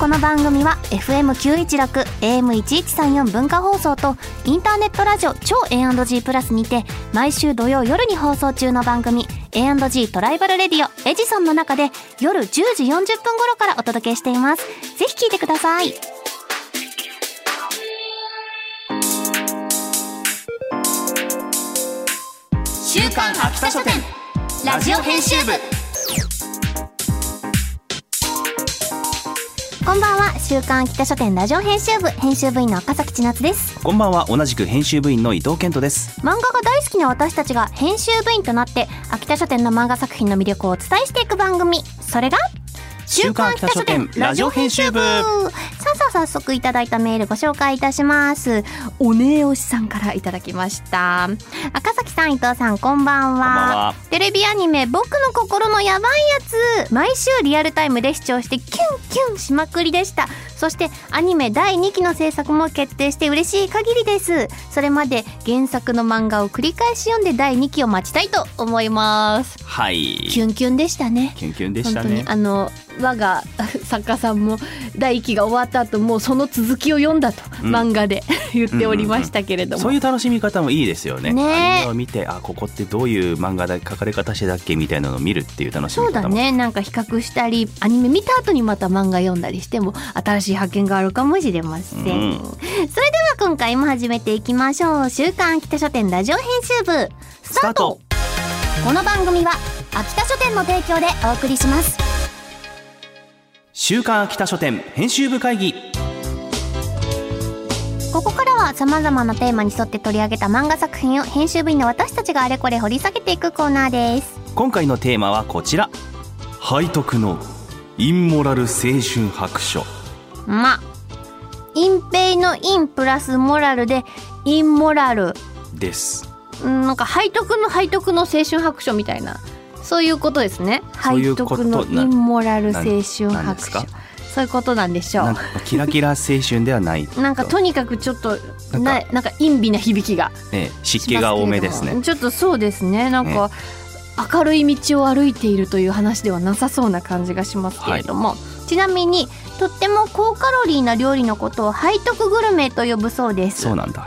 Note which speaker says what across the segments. Speaker 1: この番組は FM916、AM1134 文化放送とインターネットラジオ超 A&G プラスにて毎週土曜夜に放送中の番組 A&G トライバルレディオエジソンの中で夜10時40分頃からお届けしています。ぜひ聞いてください。
Speaker 2: 週刊秋田書店ラジオ編集部
Speaker 1: こんばんは、週刊秋田書店ラジオ編集部編集部員の赤崎千夏です。
Speaker 3: こんばんは同じく編集部員の伊藤健人です
Speaker 1: 漫画が大好きな私たちが編集部員となって秋田書店の漫画作品の魅力をお伝えしていく番組それが
Speaker 3: 週刊秋田書店ラジオ編集部
Speaker 1: さあさあ早速いただいたメールご紹介いたしますおねえおしさんからいただきました赤崎さん伊藤さんこんばんは
Speaker 3: こんばんは
Speaker 1: テレビアニメ「僕の心のやばいやつ」毎週リアルタイムで視聴してキュンキュンしまくりでしたそしてアニメ第2期の制作も決定して嬉しい限りですそれまで原作の漫画を繰り返し読んで第2期を待ちたいと思います
Speaker 3: はい
Speaker 1: キュンキュンでしたね
Speaker 3: キュンキュンでし
Speaker 4: 本
Speaker 3: た
Speaker 4: 当に
Speaker 3: ね
Speaker 4: あの我が 作家さんも第一期が終わった後もうその続きを読んだと、
Speaker 3: うん
Speaker 4: 漫画で 言っておりましたけれども、
Speaker 3: そういう楽しみ方もいいですよね
Speaker 1: ねえ
Speaker 3: アニメを見てあここってどういう漫画だ書かれ方してたっけみたいなのを見るっていう楽しみ
Speaker 4: そ
Speaker 3: 方も
Speaker 4: うだねなんか比較したりアニメ見た後にまた漫画読んだりしても新しい発見があるかもしれません、
Speaker 3: うん
Speaker 1: それでは今回も始めていきましょう週刊秋田書店ラジオ編集部スタートこの番組は秋田書店の提供でお送りします
Speaker 3: 週刊秋田書店編集部会議
Speaker 1: ここからは様々なテーマに沿って取り上げた漫画作品を編集部員の私たちがあれこれ掘り下げていくコーナーです
Speaker 3: 今回のテーマはこちら背徳のインモラル青春白書
Speaker 1: ま隠蔽の隠プラスモラルでインモラル
Speaker 3: です
Speaker 4: うんなんか背徳の背徳の青春白書みたいなそういうことですね
Speaker 3: そうい
Speaker 4: 背
Speaker 3: うこ
Speaker 4: 徳
Speaker 3: と
Speaker 4: のインモラル青春
Speaker 3: ななん
Speaker 4: 白
Speaker 3: です
Speaker 4: 書
Speaker 3: か
Speaker 4: そういうことなんでしょ
Speaker 3: なん
Speaker 4: う
Speaker 3: かキラキラ青春ではない
Speaker 4: なんかとにかくちょっと
Speaker 3: なん
Speaker 4: ななんか陰微な響きが
Speaker 3: ええ湿気が多めですね
Speaker 4: ちょっとそうですねなんか、明るい道を歩いているという話ではなさそうな感じがしますけれども、
Speaker 1: ちなみにとっても高カロリーな料理のことを背徳グルメと呼ぶそうです
Speaker 3: そうなんだ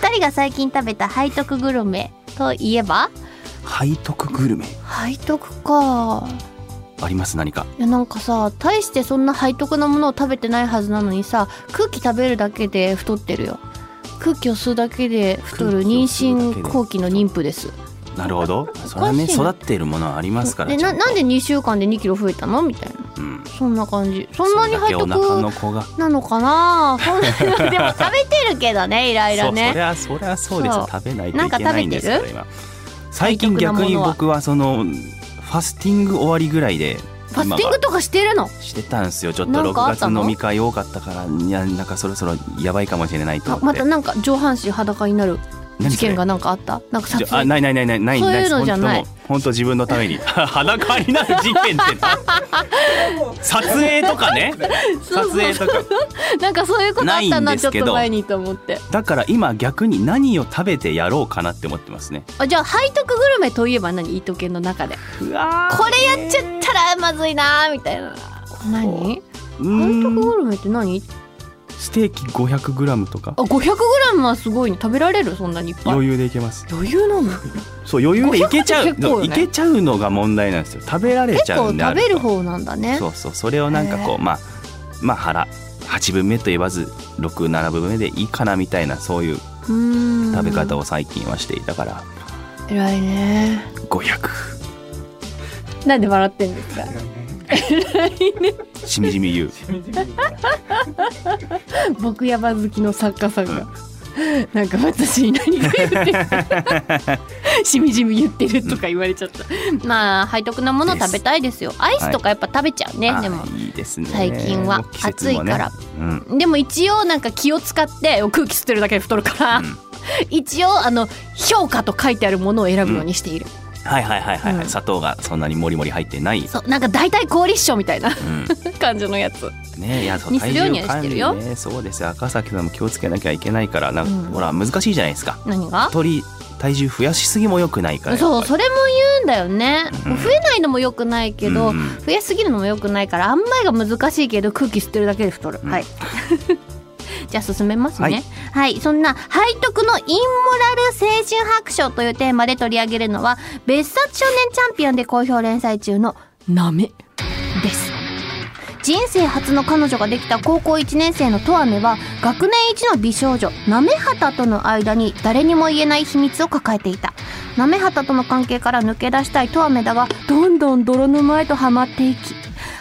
Speaker 1: 二人が最近食べた背徳グルメといえば
Speaker 3: 背徳グルメ
Speaker 1: 背徳か
Speaker 3: あります何か
Speaker 1: いやなんかさ大してそんな背徳なものを食べてないはずなのにさ空気食べるだけで太ってるよ空気を吸うだけで太る
Speaker 3: 空気
Speaker 1: 妊
Speaker 3: を吸うだけで
Speaker 1: 娠後期の妊婦です
Speaker 3: なるほどそれはね
Speaker 1: おかしい
Speaker 3: 育
Speaker 1: な
Speaker 3: っているものはありますから
Speaker 1: でな
Speaker 3: ちゃと
Speaker 1: なんで2週間で2キロ増えたのみたいな
Speaker 3: うん
Speaker 1: そんな感じそんなに
Speaker 3: それ
Speaker 1: 背
Speaker 3: だけお腹
Speaker 1: 徳
Speaker 3: の子が
Speaker 1: なのかなそんなでも食べてるけどねイライラ
Speaker 3: そうそり
Speaker 1: ね
Speaker 3: ゃそりゃそうです
Speaker 1: そう
Speaker 3: 食べないと
Speaker 1: なん
Speaker 3: い
Speaker 1: か
Speaker 3: けないんですから
Speaker 1: 食
Speaker 3: 今最近
Speaker 1: 背徳なも
Speaker 3: 逆
Speaker 1: のは
Speaker 3: に僕はそのファスティング終わりぐらいで
Speaker 4: ファスティン
Speaker 3: 今は
Speaker 4: グとかしてるの
Speaker 3: してたんですよちょっと
Speaker 1: なん
Speaker 3: 6
Speaker 1: かあった
Speaker 3: 月
Speaker 1: の
Speaker 3: 飲み会多かったからいやなんかそろそろやばいかもしれないと
Speaker 4: あ
Speaker 3: 思
Speaker 4: ま
Speaker 3: って
Speaker 4: たなんか上半身裸になる
Speaker 3: 何
Speaker 4: 事
Speaker 3: それ
Speaker 4: 件がなんかあったなんか撮
Speaker 3: ちょあ
Speaker 4: 影
Speaker 3: ないないないないない
Speaker 4: そういうの
Speaker 3: です
Speaker 4: じゃない
Speaker 3: 本当もう本当自分のた めに裸になる事件っ てな撮影とかね撮影とか
Speaker 4: なんかそういうことあった
Speaker 3: ないん
Speaker 4: な
Speaker 3: で
Speaker 4: ちょ
Speaker 3: す
Speaker 4: っ
Speaker 3: けど
Speaker 4: と前にと思って
Speaker 3: だから今逆に何を食べてやろうかなって思ってますね
Speaker 4: あじゃあ背徳グルメといえば何伊藤家の中で
Speaker 3: うわ
Speaker 4: これやっちゃったらまずいなーみたいな何背徳グルメって何
Speaker 3: ステーキ 500g とか
Speaker 4: あ 500g はすごいね食べられるそんなにいっぱい
Speaker 3: 余裕でいけます
Speaker 4: 余裕なの
Speaker 3: そう余裕でいけちゃう、
Speaker 4: 500って結構
Speaker 3: い
Speaker 4: よね
Speaker 3: けちゃうのが問題なんですよ食べられち
Speaker 1: 結
Speaker 3: ゃう
Speaker 1: 構
Speaker 3: んであ
Speaker 1: 食べる
Speaker 3: と
Speaker 1: 方なんだね
Speaker 3: そうそうそれをなんかこうまあまあ腹8分目と言わず67分目でいいかなみたいなそういう食
Speaker 4: 食
Speaker 3: べ方を最近はしていたから
Speaker 4: 偉いね
Speaker 3: 500
Speaker 4: なんで笑ってんですか
Speaker 3: しみじみ言う
Speaker 4: 僕ヤバ好きの作家さんが、なんか私に何が言ってるしみじみ言ってるとか言われちゃ った、
Speaker 1: まあ背徳なもの食べたいですよアイスとかやっぱ食べちゃうね、
Speaker 3: あ
Speaker 1: でも
Speaker 3: いいですね
Speaker 1: 最近は
Speaker 3: 季節もね
Speaker 1: 暑いから
Speaker 3: うん
Speaker 4: でも一応なんか気を使って空気吸ってるだけで太るから、
Speaker 3: うん
Speaker 4: 一応あの評価と書いてあるものを選ぶようにしている、
Speaker 3: はいはいはいはい、はい
Speaker 4: うん
Speaker 3: 砂糖がそんなにもりもり入ってない、う
Speaker 4: そうなんか大体高立証みたいな
Speaker 3: ん、
Speaker 4: 感じのやつ
Speaker 3: ねえい やそう
Speaker 4: にす
Speaker 3: 体
Speaker 4: るように
Speaker 3: 重
Speaker 4: はし
Speaker 3: 管
Speaker 4: てる
Speaker 3: 理
Speaker 4: よ
Speaker 3: ねそうですよ赤崎さんも気をつけなきゃいけないからなんか、
Speaker 4: うん
Speaker 3: ほら難しいじゃないですか
Speaker 4: 何が
Speaker 3: 太り体重増やしすぎも良くないから
Speaker 1: そう
Speaker 3: う
Speaker 1: それも言うんだよね、
Speaker 3: うん
Speaker 1: 増えないのも良くないけど、
Speaker 3: うん
Speaker 1: 増えすぎるのも良くないからあんまいが難しいけど空気吸ってるだけで太る、
Speaker 3: うん
Speaker 1: はい じゃあ進めます
Speaker 3: はい
Speaker 1: ねはい、そんな「背徳のインモラル青春白書」というテーマで取り上げるのは別冊少年チャンピオンで好評連載中の
Speaker 4: なめ
Speaker 1: です人生初の彼女ができた高校1年生の十和音は学年一の美少女なめはたとの間に誰にも言えない秘密を抱えていたなめはたとの関係から抜け出したい十和音だがどんどん泥沼へとはまっていき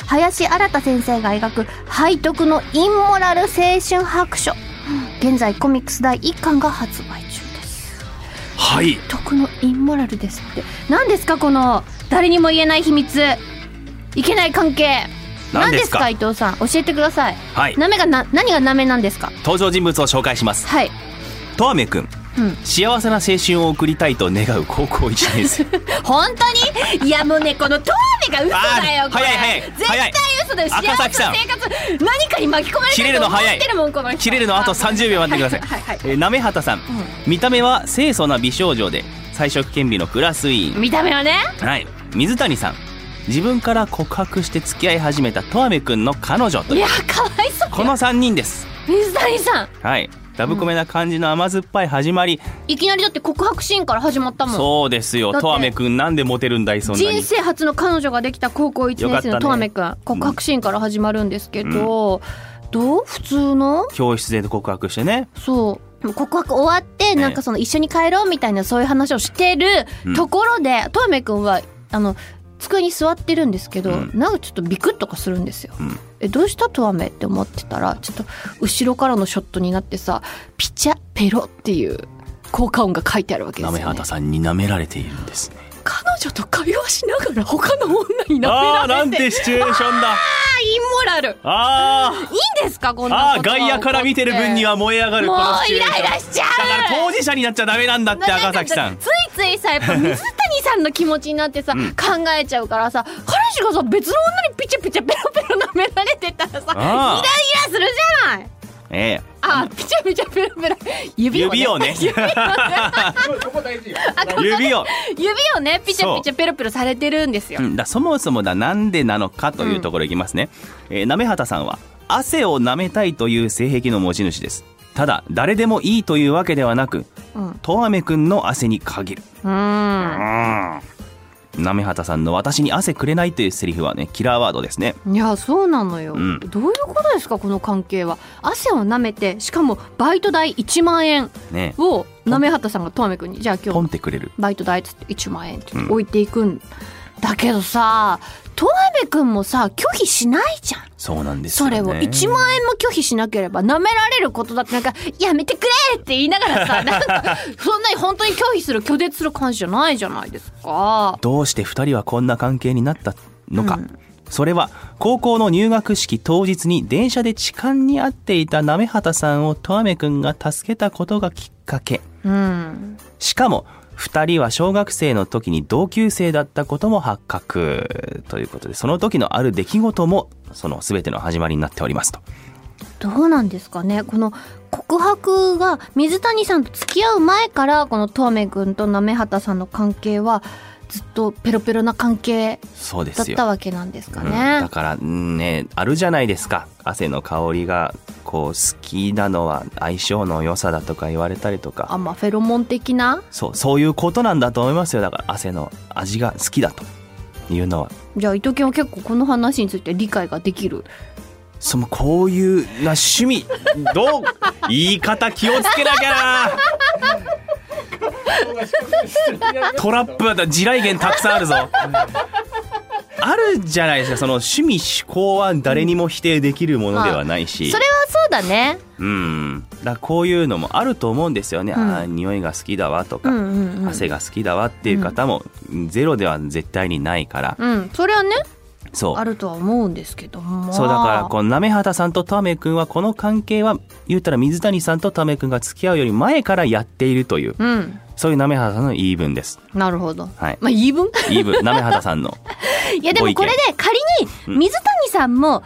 Speaker 1: 林新太先生が描く背徳のインモラル青春白書現在コミックス第1巻が発売中です
Speaker 3: はい
Speaker 1: 背徳のインモラルですって何ですかこの誰にも言えない秘密いけない関係
Speaker 3: 何
Speaker 1: 何
Speaker 3: で
Speaker 1: ですす
Speaker 3: か
Speaker 1: か伊藤さん教えてください
Speaker 3: はい
Speaker 1: なめがな何がなめなんですか
Speaker 3: 登場人物を紹介します
Speaker 1: はい
Speaker 3: とわめくん
Speaker 1: うん
Speaker 3: 幸せな青春を送りたいと願う高校1年生
Speaker 1: 本当にいやもうねこのトーメが嘘だ
Speaker 3: あ
Speaker 1: よ
Speaker 3: ー
Speaker 1: これ
Speaker 3: 早い早い
Speaker 1: 絶
Speaker 3: 早
Speaker 1: 対
Speaker 3: い
Speaker 1: 嘘だよ幸
Speaker 3: 赤崎
Speaker 1: せ
Speaker 3: さん
Speaker 1: な生活何かに巻き込まれ
Speaker 3: 切
Speaker 1: て
Speaker 3: れ
Speaker 1: る
Speaker 3: る
Speaker 1: と思
Speaker 3: の
Speaker 1: っ
Speaker 3: 早い
Speaker 1: てるもんこの人
Speaker 3: 切れるのあと30秒待ってください
Speaker 1: はいはいはい
Speaker 3: えーなめはたさん見た目は清楚な美少女で才色兼備のクラス委員
Speaker 1: 見た目はね
Speaker 3: はい水谷さん自分から告白して付き合い始めたとわめくんの彼女と
Speaker 1: い
Speaker 3: いう
Speaker 1: やかわいそう
Speaker 3: この3人です
Speaker 1: 水谷さん
Speaker 3: はいラブコメな感じの甘酸っぱい始まり、
Speaker 1: いきなりだって告白シーンから始まったもん
Speaker 3: そうですよ
Speaker 1: だって
Speaker 3: とわめくんなんでモテるんだいそんなに
Speaker 1: 人生初の彼女ができた高校1年生の
Speaker 3: よか
Speaker 1: ト
Speaker 3: った
Speaker 1: ワ
Speaker 3: ね
Speaker 1: メくん、告白シーンから始まるんですけど、どう普通の
Speaker 3: 教室で告白してね
Speaker 1: そうでも告白終わって
Speaker 3: ね
Speaker 1: なんかその一緒に帰ろうみたいなそういう話をしてる
Speaker 3: うん
Speaker 1: ところで、トワメくんはあの机に座ってるんですけど、
Speaker 3: うん
Speaker 1: なんかちょっとビクッとかするんですよ。
Speaker 3: うん
Speaker 1: えどうしたトワメって思ってたらちょっと後ろからのショットになってさピチャペロっていう効果音が書いてあるわけで
Speaker 3: な
Speaker 1: す
Speaker 3: め
Speaker 1: よ、
Speaker 3: は
Speaker 1: ね
Speaker 3: た。さんに舐められているんですね
Speaker 4: 彼女と会話しながら他の女に
Speaker 3: あ
Speaker 4: な
Speaker 3: あ
Speaker 4: めら
Speaker 3: な
Speaker 4: れ
Speaker 3: ん
Speaker 4: て
Speaker 3: てシチュエーションだ
Speaker 1: インモラル
Speaker 3: あ
Speaker 1: い
Speaker 3: ー
Speaker 1: いんですかこんな
Speaker 3: あ
Speaker 1: こ
Speaker 3: ー
Speaker 1: とが
Speaker 3: 外野から見てる分には燃え上がる
Speaker 1: も
Speaker 3: こ
Speaker 1: う
Speaker 3: のシチュエ
Speaker 1: イ
Speaker 3: ーション
Speaker 1: ライラしちゃう
Speaker 3: だから当事者になっちゃダメなんだって
Speaker 1: なん
Speaker 3: 赤
Speaker 1: か
Speaker 3: 崎さん
Speaker 1: ついついさやっぱ水谷さんの気持ちになってさ、
Speaker 3: うん
Speaker 1: 考えちゃうからさ彼氏がさ別の女にピチャピチャペロペロ舐められてたらさイ
Speaker 3: あ
Speaker 1: ラ
Speaker 3: あ
Speaker 1: イラするじゃない
Speaker 3: ええ
Speaker 1: あピチャピチャペロペロ指をね
Speaker 3: 指をね
Speaker 1: あここ
Speaker 3: 指を、
Speaker 1: 指をねピチャピチャペロペロされてるんですよ、
Speaker 3: うん、だそもそもだなんでなのかというところいきますね、えー、なめはたさんは汗を舐めたいという性癖の持ち主ですただ誰でもいいというわけではなく
Speaker 1: うん、う
Speaker 3: とわめくんの汗に限る
Speaker 1: ー
Speaker 3: なめはたさんの「私に汗くれない」というセリフはねキラーワードですね
Speaker 1: んいやそうなのよ、
Speaker 3: うん
Speaker 1: どういうことですかこの関係は汗を舐めてしかもバイト代1万円
Speaker 3: ね
Speaker 1: をなめはたさんがとわめくんにじゃあ今日
Speaker 3: ポンってくれる
Speaker 1: バイト代っつって1万円って言って
Speaker 3: うん
Speaker 1: 置いていくん、だけどさ戸辺くんもさ拒否しないじゃん、
Speaker 3: そうなんです
Speaker 1: そ
Speaker 3: よね
Speaker 1: れを1万円も拒否しなければなめられることだってなんか「やめてくれ!」って言いながらさなんかそんなに本当に拒否する拒絶する感じじゃないじゃないですか。
Speaker 3: どうして2人はこんな関係になったのか、
Speaker 1: うん
Speaker 3: それは高校の入学式当日に電車で痴漢に遭っていたなめはたさんをとわめくんが助けたことがきっかけ
Speaker 1: うん、
Speaker 3: しかも2人は小学生の時に同級生だったことも発覚ということでその時のある出来事もその全ての始まりになっておりますと
Speaker 1: どうなんですかねこの告白が水谷さんと付き合う前からこの東明君となめはたさんの関係はずっとペロペロな関係
Speaker 3: そうで
Speaker 1: だっ
Speaker 3: すよ
Speaker 1: たわけなんですかね。
Speaker 3: うんだからうんねあるじゃないですか汗の香りがこう好きなのは相性の良さだとか言われたりとか
Speaker 1: あまあフェロモン的な
Speaker 3: そうそういうことなんだと思いますよだから汗の味が好きだというのは
Speaker 1: じゃあ伊藤君は結構この話について理解ができる
Speaker 3: そのこういうな趣味どう言い方気をつけなきゃなトラップだったら地雷原たくさんあるぞあるじゃないですかその趣味嗜好は誰にも否定できるものではない
Speaker 1: そ
Speaker 3: し、
Speaker 1: れはそうだね
Speaker 3: うん、だからこういうのもあると思うんですよね、
Speaker 1: うん
Speaker 3: あー匂いが好きだわと
Speaker 1: う
Speaker 3: か、
Speaker 1: んうんうん
Speaker 3: 汗が好きだわっていう方もゼロでは絶対にないから、
Speaker 1: うんそれはね
Speaker 3: そう
Speaker 1: あるとは思うんですけども
Speaker 3: そうだからこのなめはたさんとためくんはこの関係は言うたら水谷さんとためくんが付き合うより前からやっているという
Speaker 1: うん
Speaker 3: そういうなめはたさんの言い分です
Speaker 1: なるほど
Speaker 3: はい
Speaker 1: まあ言い分
Speaker 3: 言 い分なめはたさんの
Speaker 1: いやでもこれで仮
Speaker 3: うん
Speaker 1: に水谷さんもなんで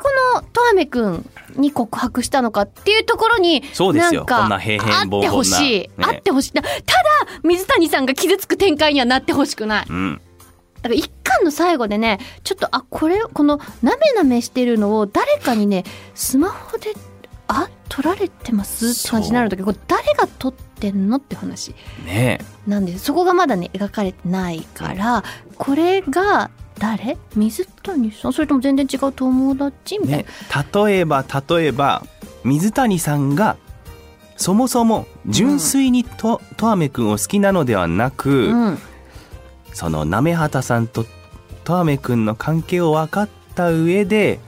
Speaker 1: このトアメくんに告白したのかっていうところに
Speaker 3: そうですよ
Speaker 1: なんか
Speaker 3: こんな平々凡々
Speaker 1: あ
Speaker 3: な
Speaker 1: ってほしい、
Speaker 3: ね
Speaker 1: あってほしいただ水谷さんが傷つく展開にはなってほしくない
Speaker 3: うん
Speaker 1: だから一巻の最後でねちょっとあこれこのなめなめしてるのを誰かにねスマホであ撮られてますって感じになるんだけどこれ誰が撮ってんのって話
Speaker 3: ね
Speaker 1: なんですそこがまだね描かれてないからこれが誰水谷さんそれとも全然違う友達み
Speaker 3: え
Speaker 1: たいな、
Speaker 3: ね例えば例えば水谷さんがそもそも純粋にととわめくんを好きなのではなく、
Speaker 1: うん、
Speaker 3: そのなめはたさんととわめくんの関係を分かった上で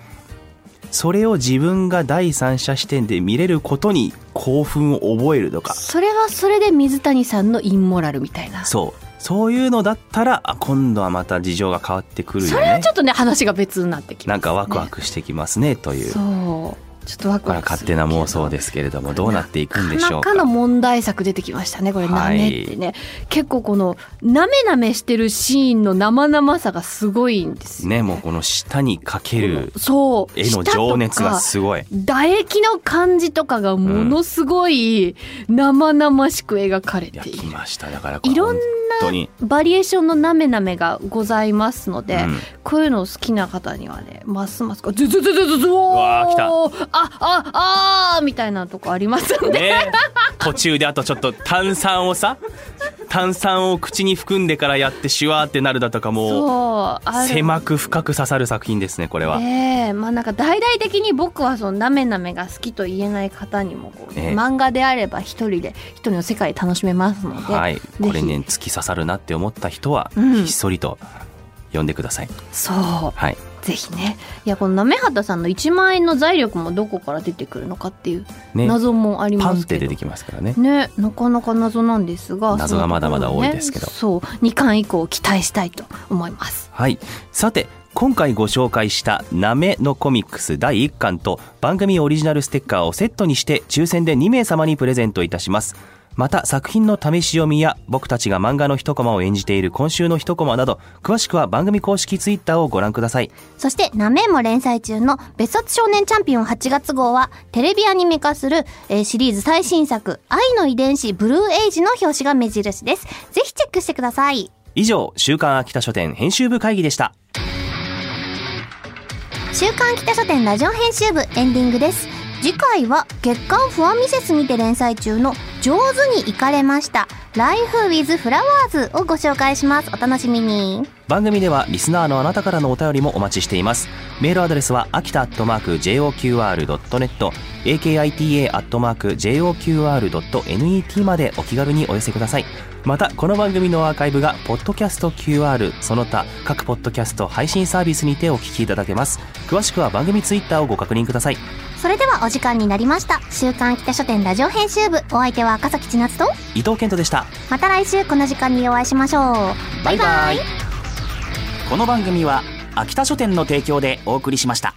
Speaker 3: それを自分が第三者視点で見れることに興奮を覚えるとか
Speaker 1: それはそれで水谷さんのインモラルみたいなそ
Speaker 3: そうそういうのだったらあ今度はまた事情が変わってくるよ
Speaker 1: れは
Speaker 3: ね
Speaker 1: ちょっとね話が別になってきます、ね、
Speaker 3: なんかワクワクしてきますねという
Speaker 1: そうちょっとワク
Speaker 3: これ
Speaker 1: ワ
Speaker 3: は
Speaker 1: クす
Speaker 3: 勝
Speaker 1: る
Speaker 3: 手な妄想
Speaker 1: けど
Speaker 3: ですけれどもどうなっていくんでしょう
Speaker 1: なかなかの
Speaker 3: か。
Speaker 1: 問題作出てきましたねこれ、
Speaker 3: はい
Speaker 1: なめってね結構このなめなめしてるシーンの生々さがすごいんですよ
Speaker 3: ねもうこの舌にかける
Speaker 1: そう
Speaker 3: 絵の情熱がすごい。
Speaker 1: 唾液の感じとかがものすごい生々しく描かれ
Speaker 3: いや
Speaker 1: てい
Speaker 3: き
Speaker 1: る、
Speaker 3: ましただからこれ
Speaker 1: いろんな
Speaker 3: 本当に、
Speaker 1: バリエーションのなめなめがございますので、
Speaker 3: うん
Speaker 1: こういうのを好きな方にはねますますこうズズズズズズおー
Speaker 3: わー来た
Speaker 1: あああーみたいなとこありますんで
Speaker 3: ね途中であとちょっと炭酸をさ炭酸を口に含んでからやってシュワーってなるだとかもう
Speaker 1: そうある
Speaker 3: 狭く深く刺さる作品ですねこれは。
Speaker 1: ええまあなんか大々的に僕はそのなめなめが好きと言えない方にもこう、
Speaker 3: ええ
Speaker 1: 漫画であれば一人で一人の世界楽しめますので、
Speaker 3: はい、
Speaker 1: ひ
Speaker 3: これね突き刺さるなって思った人は、
Speaker 1: うん
Speaker 3: ひっそりと読んでください。
Speaker 1: そ
Speaker 3: はい、
Speaker 1: うぜひねいやこのなめはたさんの1万円の財力もどこから出てくるのかっていう
Speaker 3: ね、
Speaker 1: 謎もあり
Speaker 3: パ
Speaker 1: ま
Speaker 3: ンっ
Speaker 1: すけ
Speaker 3: て
Speaker 1: ど、
Speaker 3: 出てきますからね。
Speaker 1: ねなかなか謎なんですが
Speaker 3: 謎がまだまだ多いですけど
Speaker 1: そのところねそう2巻以降期待したいと思います
Speaker 3: はい、さて今回ご紹介した「なめ」のコミックス第1巻と番組オリジナルステッカーをセットにして抽選で2名様にプレゼントいたしますまた作品の試し読みや僕たちが漫画の一コマを演じている今週の一コマなど詳しくは番組公式ツイッターをご覧ください
Speaker 5: そして、なめも連載中の別冊少年チャンピオン8月号は、テレビアニメ化する、えーシリーズ最新作、愛の遺伝子ブルーエイジの表紙が目印です。ぜひチェックしてください。
Speaker 3: 以上「週刊秋田書店編集部会議」でした
Speaker 5: 週刊北書店ラジオ編集部エンディングです。次回は月刊フワミセスにて連載中の上手に行かれました。ライフウィズフラワーズをご紹介します。お楽しみに。
Speaker 3: 番組ではリスナーのあなたからのお便りもお待ちしていますメールアドレスは秋田アットマーク JOQR.net akita アットマーク JOQR.net までお気軽にお寄せくださいまたこの番組のアーカイブがポッドキャスト QR その他各ポッドキャスト配信サービスにてお聞きいただけます詳しくは番組ツイッターをご確認ください
Speaker 5: それではお時間になりました。週刊北書店ラジオ編集部。お相手は赤崎千夏と、
Speaker 3: 伊藤健人でした
Speaker 5: また来週この時間にお会いしましょう。バイバイ
Speaker 3: この番組は秋田書店の提供でお送りしました